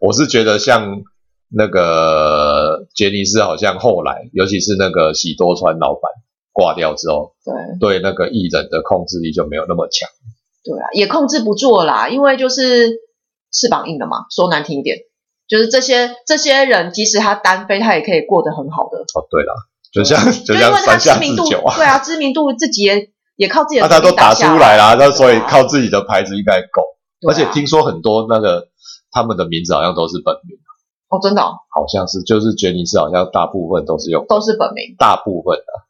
Speaker 2: 我是觉得像那个杰尼斯好像后来，尤其是那个喜多川老板挂掉之后，
Speaker 3: 对
Speaker 2: 对那个艺人的控制力就没有那么强。
Speaker 3: 对啊，也控制不住了啦，因为就是翅膀硬了嘛，说难听一点，就是这些这些人，即使他单飞，他也可以过得很好的，
Speaker 2: 哦，对了，就像就
Speaker 3: 嗯就因
Speaker 2: 像
Speaker 3: 为他
Speaker 2: 山
Speaker 3: 知
Speaker 2: 下
Speaker 3: 名
Speaker 2: 智
Speaker 3: 度，
Speaker 2: 久啊，
Speaker 3: 对啊，知名度自己也也靠自己
Speaker 2: 那、
Speaker 3: 的
Speaker 2: 他
Speaker 3: 努
Speaker 2: 都
Speaker 3: 力
Speaker 2: 打出
Speaker 3: 下
Speaker 2: 来啦，
Speaker 3: 对
Speaker 2: 那
Speaker 3: 啊
Speaker 2: 所以靠自己的牌子应该够。
Speaker 3: 对啊
Speaker 2: 而且听说很多那个他们的名字好像都是本名，
Speaker 3: 哦，真的哦
Speaker 2: 好像是就是杰尼斯好像大部分都是用
Speaker 3: 都是本名
Speaker 2: 大部分的、嗯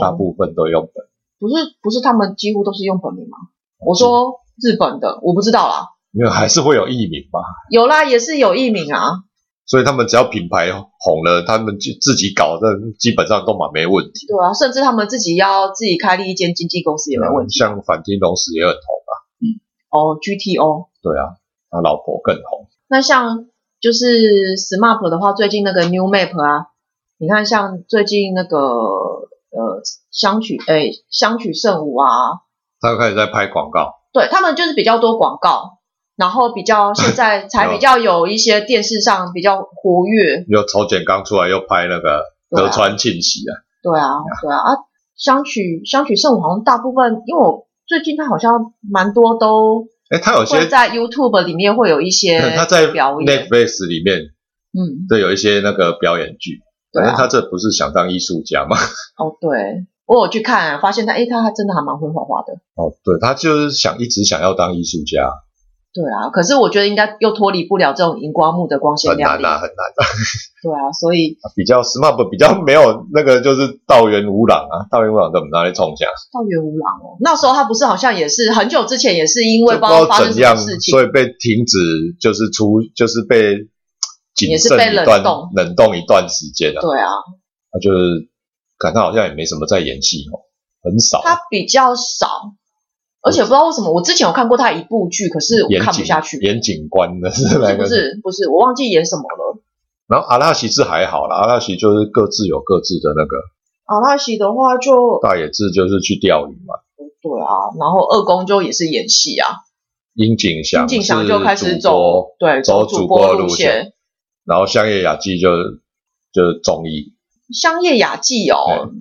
Speaker 2: 大
Speaker 3: 哦，
Speaker 2: 部分都用本。
Speaker 3: 不是不是，他们几乎都是用本名吗？
Speaker 2: 嗯
Speaker 3: 我说日本的，我不知道啦，
Speaker 2: 没有还是会有艺名吧，
Speaker 3: 有啦，也是有艺名啊，
Speaker 2: 所以他们只要品牌红了，他们就自己搞的基本上都蛮没问题。
Speaker 3: 对啊，甚至他们自己要自己开立一间经纪公司也没问
Speaker 2: 嗯
Speaker 3: 题。
Speaker 2: 像反町隆史也很红啊，
Speaker 3: 哦，GTO。
Speaker 2: 对啊，他老婆更红。
Speaker 3: 那像就是 SMAP 的话，最近那个 New Map 啊，你看像最近那个呃相曲诶相曲圣舞啊，
Speaker 2: 他开始在拍广告，
Speaker 3: 对他们就是比较多广告，然后比
Speaker 2: [LAUGHS]
Speaker 3: 较现在才比较有一些电视上比较活跃。
Speaker 2: 又抽检刚出来又拍那个
Speaker 3: 对
Speaker 2: 德
Speaker 3: 啊
Speaker 2: 川庆喜啊，
Speaker 3: 对啊，对啊啊，相曲相曲圣舞好像大部分，因为我最近他好像蛮多都
Speaker 2: 哎、他有
Speaker 3: 会
Speaker 2: 些
Speaker 3: 在 YouTube 里面会有一些
Speaker 2: [LAUGHS] 他在
Speaker 3: 表演，
Speaker 2: Netflix 里面
Speaker 3: 嗯，
Speaker 2: 对有一些那个表演剧，
Speaker 3: 对
Speaker 2: 反正
Speaker 3: 啊，
Speaker 2: 他这不是想当艺术家嘛？
Speaker 3: 哦对，我有去看、啊发现他，诶，他还真的还蛮会画画的，
Speaker 2: [LAUGHS] 哦，对，他就是想一直想要当艺术家，
Speaker 3: 对啊，可是我觉得应该又脱离不了这种荧光幕的光鲜
Speaker 2: 很
Speaker 3: 亮
Speaker 2: 难
Speaker 3: 丽，
Speaker 2: 啊，很难啊。
Speaker 3: 对啊，所以
Speaker 2: 比较 smart，比较没有那个就是道元武朗啊，道元武朗怎么拿来冲下？
Speaker 3: 道元无郎哦，那时候他不是好像也是很久之前也是因为
Speaker 2: 就不知
Speaker 3: 不知
Speaker 2: 道
Speaker 3: 道发生
Speaker 2: 怎
Speaker 3: 什么
Speaker 2: 样，
Speaker 3: 事情
Speaker 2: 所，以被停止，就是出，就是被
Speaker 3: 也
Speaker 2: 谨
Speaker 3: 是
Speaker 2: 慎
Speaker 3: 被
Speaker 2: 一
Speaker 3: 冷
Speaker 2: 段
Speaker 3: 冻
Speaker 2: 冷冻一段时间啊。
Speaker 3: 对啊，
Speaker 2: 他就是感他好像也没什么在演戏哦，很少
Speaker 3: 他比较少，而且不知道为什么，我之前有看过他一部剧，可是我
Speaker 2: 严
Speaker 3: 看不
Speaker 2: 谨
Speaker 3: 下去，
Speaker 2: 严谨官的是
Speaker 3: 不
Speaker 2: 那
Speaker 3: 是不
Speaker 2: 个。
Speaker 3: 是不是，我忘记演什么了。
Speaker 2: 然后阿拉西是还好啦，阿拉西就是各自有各自的那个
Speaker 3: 阿拉西的话就
Speaker 2: 大野智就是去钓鱼嘛，
Speaker 3: 对啊，然后二宫就也是演戏啊，
Speaker 2: 樱井
Speaker 3: 金
Speaker 2: 祥
Speaker 3: 景祥
Speaker 2: 是
Speaker 3: 就开始
Speaker 2: 主
Speaker 3: 走
Speaker 2: 播，
Speaker 3: 对
Speaker 2: 走
Speaker 3: 主
Speaker 2: 主
Speaker 3: 播
Speaker 2: 播
Speaker 3: 路
Speaker 2: 路
Speaker 3: 线
Speaker 2: 线。然后香叶雅纪就就是综艺
Speaker 3: 香叶雅纪哦，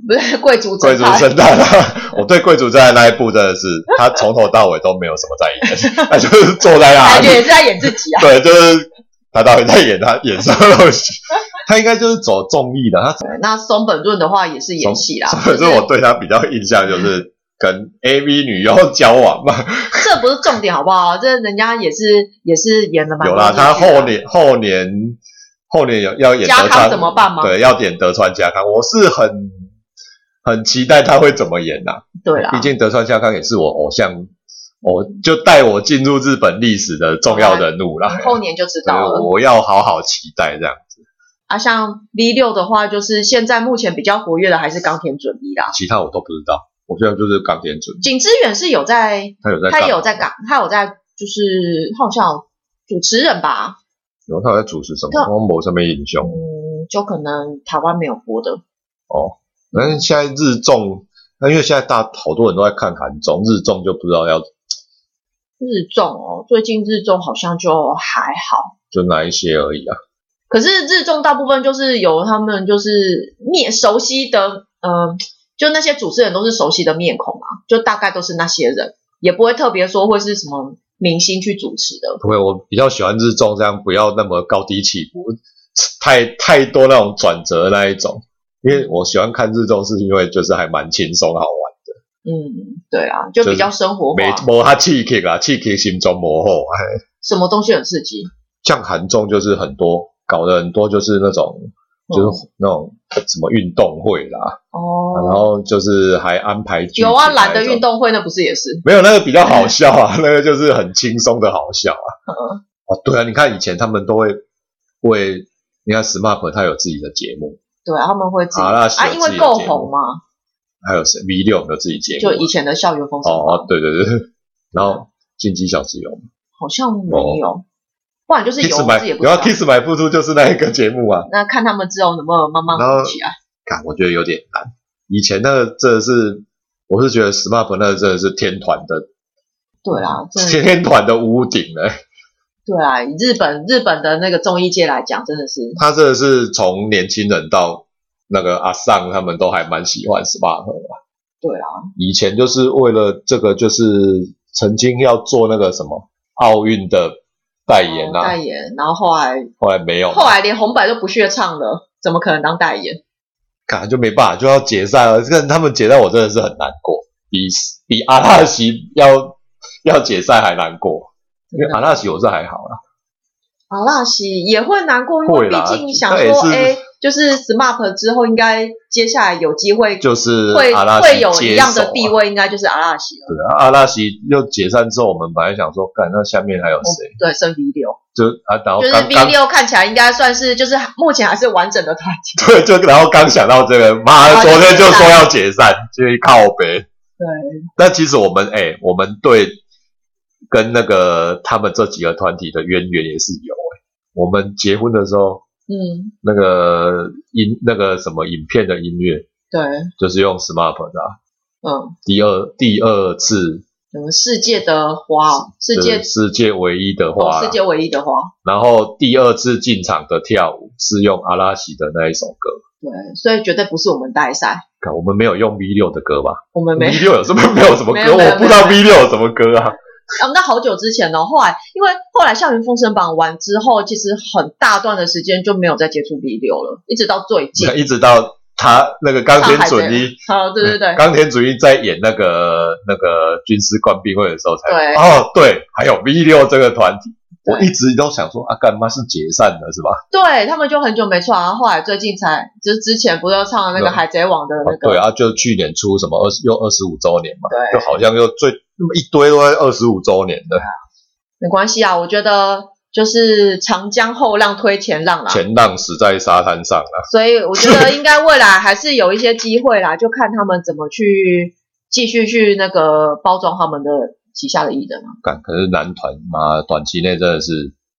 Speaker 3: 不是贵族
Speaker 2: 哎 [LAUGHS] 贵
Speaker 3: 正
Speaker 2: 族
Speaker 3: 派
Speaker 2: 侦探啊，我对贵族侦探那一部真的是他从头到尾都没有什么在 [LAUGHS] 演，他就是坐在那
Speaker 3: 感
Speaker 2: 里
Speaker 3: 觉，也是在演自己啊。
Speaker 2: 哎对，就是他到底在演他演什么东 [LAUGHS] 西？他应该就是走综艺的， [LAUGHS] 他
Speaker 3: 对那松本润的话也是演戏啦，
Speaker 2: 可是
Speaker 3: 就是
Speaker 2: 我对他比较印象就是跟 AV 女优交往 [LAUGHS] 嘛，
Speaker 3: 这不是重点好不好？这人家也是也是演的蛮
Speaker 2: 有啦，
Speaker 3: 多
Speaker 2: 他
Speaker 3: 的剧啊
Speaker 2: 后年后年后年有要演
Speaker 3: 家
Speaker 2: 德
Speaker 3: 康
Speaker 2: 川
Speaker 3: 怎么办吗
Speaker 2: 对，要演德川家康，我是很很期待他会怎么演啊呐、
Speaker 3: 对啦
Speaker 2: 毕，竟德川家康也是我偶像，我就带我进入日本历史的重要人物啦。
Speaker 3: 哦后年就知
Speaker 2: 所
Speaker 3: 道
Speaker 2: 以
Speaker 3: 了
Speaker 2: 我要好好期待这样。
Speaker 3: 啊。像 V 六的话，就是现在目前比较活跃的还是冈田准一啦。
Speaker 2: 其他我都不知道，我现在就是冈田准，
Speaker 3: 景之远是有在，
Speaker 2: 他有在干
Speaker 3: 他
Speaker 2: 嘛
Speaker 3: 有在港，他有在就是他好像有主持人吧，
Speaker 2: 有他有在主持什
Speaker 3: 他
Speaker 2: 么？我某什么英雄
Speaker 3: 嗯，就可能台湾没有播的。
Speaker 2: 哦。但是现在日综，那因为现在大好多人都在看韩综，日综就不知道要
Speaker 3: 日综哦，最近日综好像就还好，
Speaker 2: 就哪一些而已啊。
Speaker 3: 可是日综大部分就是由他们就是面熟悉的，嗯、就那些主持人都是熟悉的面孔啊，就大概都是那些人，也不会特别说会是什么明星去主持的。
Speaker 2: 不会，我比较喜欢日综这样，不要那么高低起伏，太太多那种转折那一种。因为我喜欢看日综，是因为就是还蛮轻松好玩，
Speaker 3: 嗯，对啊，就比较生活
Speaker 2: 没
Speaker 3: 化，
Speaker 2: 没他刺激啊，刺激心中魔 [LAUGHS] 后。哎
Speaker 3: 什么东西很刺激。
Speaker 2: 像韩综就是很多搞得很多就是那种
Speaker 3: 嗯
Speaker 2: 就是那种什么运动会啦，然
Speaker 3: 哦，
Speaker 2: 后就是还安排剧
Speaker 3: 有啊，
Speaker 2: 情那
Speaker 3: 懒的
Speaker 2: 一种
Speaker 3: 运动会那不是也是？
Speaker 2: 没有那个比较好笑
Speaker 3: [LAUGHS]
Speaker 2: 啊，那个就是很轻松的好笑啊。
Speaker 3: 嗯
Speaker 2: 哦，对啊，你看以前他们都会为，你看 SMAP 它有自己的节目，
Speaker 3: 对啊，他们会自己
Speaker 2: 啊那是有
Speaker 3: 因为
Speaker 2: 自己的
Speaker 3: 够
Speaker 2: 节目
Speaker 3: 红嘛，
Speaker 2: 还有谁 V 六有自己节目
Speaker 3: 就
Speaker 2: 啊，
Speaker 3: 以前的校园风
Speaker 2: 哦
Speaker 3: 神榜
Speaker 2: 哦，对对对，对然后进击小自由
Speaker 3: 好像没有，不然就是
Speaker 2: 哦
Speaker 3: 有，
Speaker 2: ，Kiss
Speaker 3: 我自己也
Speaker 2: My，
Speaker 3: 不知
Speaker 2: 然
Speaker 3: 道
Speaker 2: 后。Kiss My 付出就是那一个节目啊，
Speaker 3: 那看他们之后能不能慢慢
Speaker 2: 然后
Speaker 3: 红起来。
Speaker 2: 看我觉得有点难，以前那个真的是，我是觉得 SMAP 那个真的是天团的
Speaker 3: 对啊，真的
Speaker 2: 天团的屋顶欸呢、
Speaker 3: 对啊，以日本日本的那个综艺界来讲，真的是
Speaker 2: 他真的是从年轻人到那个阿尚，他们都还蛮喜欢 SPA 的啦。
Speaker 3: 对啊，
Speaker 2: 以前就是为了这个，就是曾经要做那个什么奥运的代言
Speaker 3: 哦代
Speaker 2: 啊，
Speaker 3: 言，然后后来
Speaker 2: 后来没有，
Speaker 3: 后来连红白都不屑唱了，怎么可能当代言？
Speaker 2: 看就没办法，就要解散了。跟他们解散，我真的是很难过，比比阿拉西要要解散还难过。因为阿拉西我是还好啦，
Speaker 3: 啊，那西也会难过，因
Speaker 2: 会
Speaker 3: 为
Speaker 2: 啦
Speaker 3: 毕竟想
Speaker 2: 那也
Speaker 3: 说，
Speaker 2: 是
Speaker 3: 哎，就是 SMAP 之后，应该接下来有机会
Speaker 2: 就是
Speaker 3: 会
Speaker 2: 阿拉西
Speaker 3: 会有一样
Speaker 2: 接手
Speaker 3: 的
Speaker 2: 啊
Speaker 3: 地位，应该就是阿拉西了。
Speaker 2: 对啊，阿拉西又解散之后，我们本来想说，干那下面还有谁？
Speaker 3: 对，剩 V 六，
Speaker 2: 就啊，然后
Speaker 3: 就是
Speaker 2: 刚
Speaker 3: V
Speaker 2: 刚 [LAUGHS]
Speaker 3: 六看起来应该算是就是目前还是完整的团体。
Speaker 2: 对，就然后刚想到这个，妈的，
Speaker 3: 然后
Speaker 2: 昨
Speaker 3: 就
Speaker 2: 天就
Speaker 3: 解散
Speaker 2: 说要解散，就是靠北。
Speaker 3: 对，
Speaker 2: 但其实我们哎、我们对跟那个他们这几个团体的渊源也是有哎、我们结婚的时候，
Speaker 3: 嗯，
Speaker 2: 那个音那个什么影片的音乐
Speaker 3: 对，
Speaker 2: 就是用 SMAP 的啊、
Speaker 3: 嗯，
Speaker 2: 第二第二次
Speaker 3: 什么世界的花哦，世
Speaker 2: 就是
Speaker 3: 界
Speaker 2: 世界唯一的
Speaker 3: 哦
Speaker 2: 话、，
Speaker 3: 世界唯一的花。
Speaker 2: 然后第二次进场的跳舞是用阿拉西的那一首歌。
Speaker 3: 对，所以绝对不是我们代赛，
Speaker 2: 看，我们没有用 V 六的歌吧？
Speaker 3: 我们
Speaker 2: V
Speaker 3: 没。
Speaker 2: 六有什么没有什么
Speaker 3: 没
Speaker 2: 歌？
Speaker 3: 有没有
Speaker 2: 我不知道 V 六有什么歌啊。
Speaker 3: 啊，那好久之前哦，后来因为后来校园封神榜完之后，其实很大段的时间就没有再接触 V 六了，一直到最近。
Speaker 2: 一直到他那个冈田准一，嗯
Speaker 3: 好，对对对，
Speaker 2: 冈田准一在演那个那个军师官兵会的时候才
Speaker 3: 对
Speaker 2: 哦，对，还有 V 六这个团体，
Speaker 3: 对
Speaker 2: 我一直都想说啊，干妈是解散了是吧？
Speaker 3: 对他们就很久没出来，然后后来最近才，就是之前不是要唱那
Speaker 2: 对
Speaker 3: 个海贼王的那
Speaker 2: 啊
Speaker 3: 个，
Speaker 2: 对啊，就去年出什么二又二十五周年嘛，
Speaker 3: 对
Speaker 2: 就好像又最那么一堆都在二十五周年的
Speaker 3: 没关系啊，我觉得就是长江后浪推前浪啦，
Speaker 2: 前浪死在沙滩上了。
Speaker 3: 所以我觉得应该未来还是有一些机会啦，就看他们怎么去继续去那个包装他们的旗下的艺人啊。
Speaker 2: 干，可是男团嘛，短期内真的是，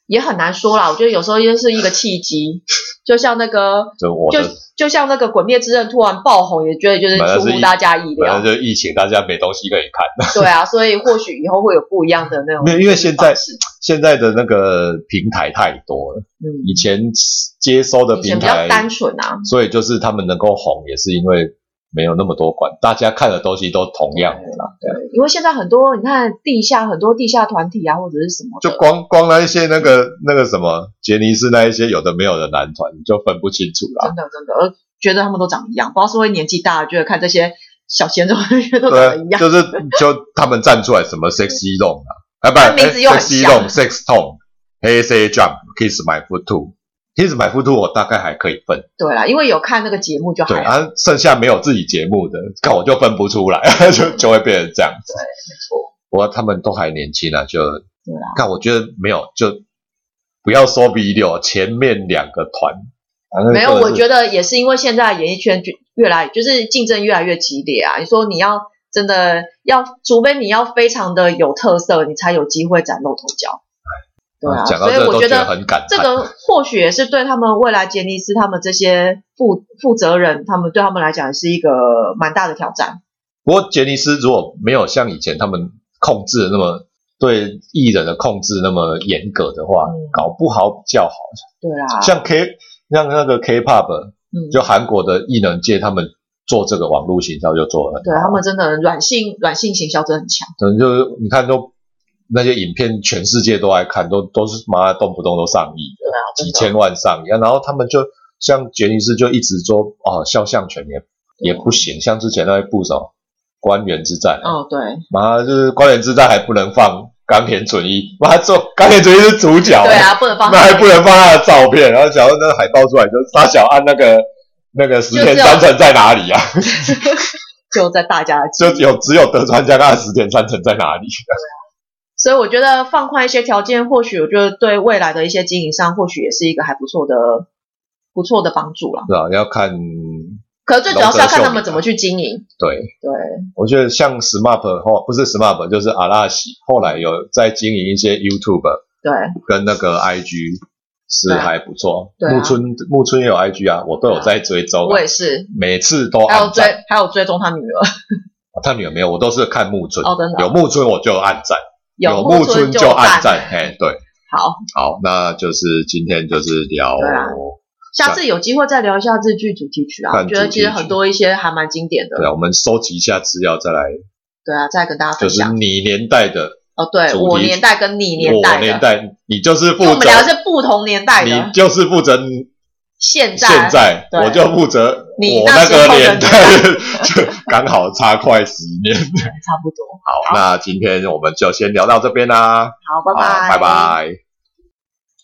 Speaker 3: 也很难说啦。我觉得有时候就是一个契机， [LAUGHS] 就像那个，
Speaker 2: 就我
Speaker 3: 就
Speaker 2: 的
Speaker 3: 就像那个《鬼灭之刃》突然爆红，也觉得就是
Speaker 2: 本来是
Speaker 3: 出乎
Speaker 2: 一
Speaker 3: 大家意
Speaker 2: 反正
Speaker 3: 料。
Speaker 2: 就疫情，大家没东西可以看。
Speaker 3: [LAUGHS] 对啊，所以或许以后会有不一样的
Speaker 2: [LAUGHS]
Speaker 3: 那种
Speaker 2: 没有因为现在
Speaker 3: 方式
Speaker 2: 现在的那个平台太多了，
Speaker 3: 嗯，
Speaker 2: 以前接收的
Speaker 3: 以前
Speaker 2: 平
Speaker 3: 比较
Speaker 2: 台，
Speaker 3: 单纯啊，
Speaker 2: 所以就是他们能够红，也是因为没有那么多管，大家看的东西都同样的啦。对啊
Speaker 3: 对，因为现在很多你看地下很多地下团体啊，或者是什么的，
Speaker 2: 就光光那一些那个那个什么杰尼斯那一些有的没有的男团，你就分不清楚啦。
Speaker 3: 真的真的，而觉得他们都长一样，不知道是因为年纪大了，觉得看这些小鲜肉觉得都长得一
Speaker 2: 对，啊
Speaker 3: 样，嗯
Speaker 2: 就是就他们站出来什么 sexy long 啊，啊不
Speaker 3: 他名字又很
Speaker 2: ，sexy
Speaker 3: 像
Speaker 2: long sex tone a s a jump kiss my foot too kiss my foot too 我大概还可以分。
Speaker 3: 对啦，因为有看那个节目就
Speaker 2: 对
Speaker 3: 哦还好，
Speaker 2: 啊，剩下没有自己节目的，看我就分不出来， [LAUGHS] 就就会变成这样子。
Speaker 3: 嗯没错，
Speaker 2: 不过他们都还年轻啊，就
Speaker 3: 对啦，
Speaker 2: 看我觉得没有，就不要说 V 六，前面两个团反正
Speaker 3: 没有，
Speaker 2: 真的
Speaker 3: 我
Speaker 2: 是
Speaker 3: 觉得也是因为现在演艺圈就越来就是竞争越来越激烈啊。你说你要真的要，除非你要非常的有特色，你才有机会崭露头角。对啊，
Speaker 2: 嗯讲到
Speaker 3: 所
Speaker 2: 这
Speaker 3: 以
Speaker 2: 个
Speaker 3: 我
Speaker 2: 都
Speaker 3: 觉
Speaker 2: 觉
Speaker 3: 得
Speaker 2: 很感
Speaker 3: 这
Speaker 2: 叹。
Speaker 3: 个或许也是对他们未来杰尼斯他们这些负负责人，他们对他们来讲是一个蛮大的挑战。
Speaker 2: 不过杰尼斯如果没有像以前他们控制的那么对艺人的控制那么严格的话，
Speaker 3: 嗯啊
Speaker 2: 搞不好比较好。
Speaker 3: 对啦，
Speaker 2: 像 K 像那个 K-pop，啊
Speaker 3: 嗯，
Speaker 2: 就韩国的艺能界，他们做这个网络行销就做了。
Speaker 3: 对他们真的软性软性行销真的很强。
Speaker 2: 可能就是你看都那些影片，全世界都爱看，都都是妈动不动都上亿的，
Speaker 3: 对啊，真
Speaker 2: 几
Speaker 3: 的
Speaker 2: 千万上亿。啊然后他们就像杰尼斯就一直说哦，肖像权也也不行，像之前那一部什么官员之战，
Speaker 3: 哦，对，
Speaker 2: 妈、就是官员之战还不能放冈田准一，妈做冈田准一是主角、
Speaker 3: 对啊，不能放
Speaker 2: 那
Speaker 3: 海
Speaker 2: 还
Speaker 3: 报
Speaker 2: 不能放他的照片，然后假如那个海报出来，就是他想按那个那个石田三成在哪里啊？ [LAUGHS]
Speaker 3: 就在大家的记
Speaker 2: 就
Speaker 3: 忆。
Speaker 2: 只有只有德川家康的石田三成在哪里？ [LAUGHS]
Speaker 3: 所以我觉得放宽一些条件，或许我觉得对未来的一些经营上，或许也是一个还不错的、不错的帮助啦。
Speaker 2: 是啊，要看
Speaker 3: 可是最主要是要看他们怎么去经营。
Speaker 2: 对。
Speaker 3: 对，
Speaker 2: 我觉得像 SMAP 后不是 SMAP 就是阿拉西，后来有在经营一些 YouTube
Speaker 3: 对，
Speaker 2: 跟那个 IG 是
Speaker 3: 对啊
Speaker 2: 还不错。
Speaker 3: 对啊
Speaker 2: 木村木村也有 IG 啊，我都有在追踪、
Speaker 3: 我也是。
Speaker 2: 每次都
Speaker 3: 还有
Speaker 2: 按
Speaker 3: 追
Speaker 2: 赞。，
Speaker 3: 还有追踪他女儿，
Speaker 2: 他女儿没有，我都是看木村，
Speaker 3: 哦真的啊
Speaker 2: 有木村我就按赞，木
Speaker 3: 木
Speaker 2: 村
Speaker 3: 就
Speaker 2: 按赞。嘿，对，
Speaker 3: 好，
Speaker 2: 好，那就是今天就是聊
Speaker 3: 对啊下次有机会再聊一下日剧主题曲啊，
Speaker 2: 看
Speaker 3: 我觉得其
Speaker 2: 主
Speaker 3: 实
Speaker 2: 题曲
Speaker 3: 很多一些还蛮经典的。
Speaker 2: 对啊，我们收集一下资料再来，
Speaker 3: 对啊，再跟大家
Speaker 2: 就
Speaker 3: 分
Speaker 2: 是
Speaker 3: 享。
Speaker 2: 你年代的，
Speaker 3: 哦，对
Speaker 2: 主题
Speaker 3: 我年代跟你年代
Speaker 2: 我
Speaker 3: 的，
Speaker 2: 年代，你就是
Speaker 3: 因为我
Speaker 2: 负
Speaker 3: 们俩
Speaker 2: 责，
Speaker 3: 是不同年代
Speaker 2: 你
Speaker 3: 的。
Speaker 2: 就是负责
Speaker 3: 现在，
Speaker 2: 现在，
Speaker 3: 对
Speaker 2: 我就负责
Speaker 3: 你
Speaker 2: 我
Speaker 3: 那时
Speaker 2: 个
Speaker 3: 候的
Speaker 2: 年
Speaker 3: 年
Speaker 2: 代， [LAUGHS] 就刚好差快十年。
Speaker 3: 差不多。
Speaker 2: 好，那今天我们就先聊到这边啦，
Speaker 3: 好，
Speaker 2: 好，拜拜。